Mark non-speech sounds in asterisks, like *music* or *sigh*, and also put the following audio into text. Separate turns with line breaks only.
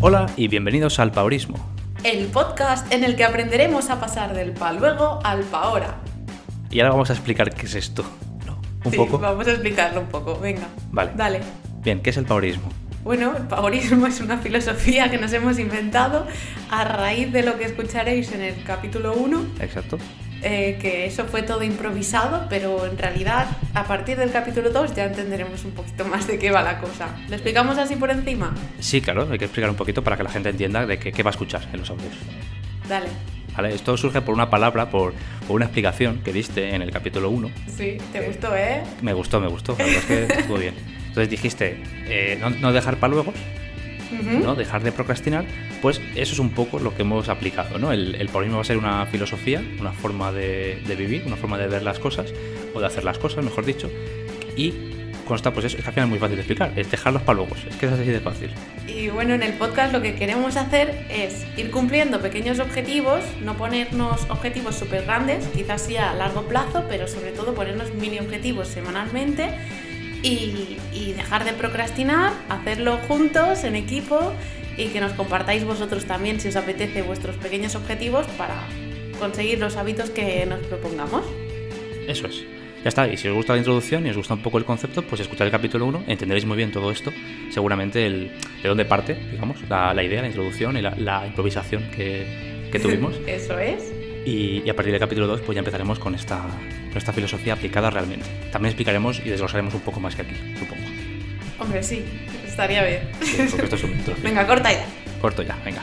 Hola y bienvenidos al Paorismo.
El podcast en el que aprenderemos a pasar del pa luego al pa ahora.
Y ahora vamos a explicar qué es esto. ¿No? ¿Un
sí,
poco?
Vamos a explicarlo un poco, venga.
Vale.
Dale.
Bien, ¿qué es el paorismo?
Bueno, el paorismo *laughs* es una filosofía que nos hemos inventado a raíz de lo que escucharéis en el capítulo 1,
Exacto.
eh, que eso fue todo improvisado, pero en realidad a partir del capítulo 2 ya entenderemos un poquito más de qué va la cosa. ¿Lo explicamos así por encima?
Sí, claro, hay que explicar un poquito para que la gente entienda de qué, qué va a escuchar en los audios.
Dale.
¿Vale? Esto surge por una palabra, por, por una explicación que diste en el capítulo 1.
Sí, te gustó, ¿eh?
Me gustó, me gustó, la verdad es que estuvo bien. Entonces dijiste, eh, no, no dejar para luego,
Ujú.
¿no? dejar de procrastinar, pues eso es un poco lo que hemos aplicado. ¿no? El, el paulismo va a ser una filosofía, una forma de, de vivir, una forma de ver las cosas, o de hacer las cosas, mejor dicho, y consta, pues eso, es que al final es muy fácil de explicar, es dejarlos para luego, es que es así de fácil.
Y bueno, en el podcast lo que queremos hacer es ir cumpliendo pequeños objetivos, no ponernos objetivos súper grandes, quizás sí a largo plazo, pero sobre todo ponernos mini objetivos semanalmente y, y dejar de procrastinar, hacerlo juntos, en equipo y que nos compartáis vosotros también si os apetece vuestros pequeños objetivos para conseguir los hábitos que nos propongamos.
Eso es. Ya está, y si os gusta la introducción y os gusta un poco el concepto, pues escuchad el capítulo 1, entenderéis muy bien todo esto, seguramente el, de dónde parte, digamos, la, la idea, la introducción y la, la improvisación que, que tuvimos.
*laughs* Eso es.
Y, y a partir del capítulo 2 pues ya empezaremos con esta, con esta filosofía aplicada realmente. También explicaremos y desglosaremos un poco más que aquí, supongo.
Hombre, sí, estaría bien.
Porque esto es un trozo.
Venga, corta ya.
Corto ya, venga.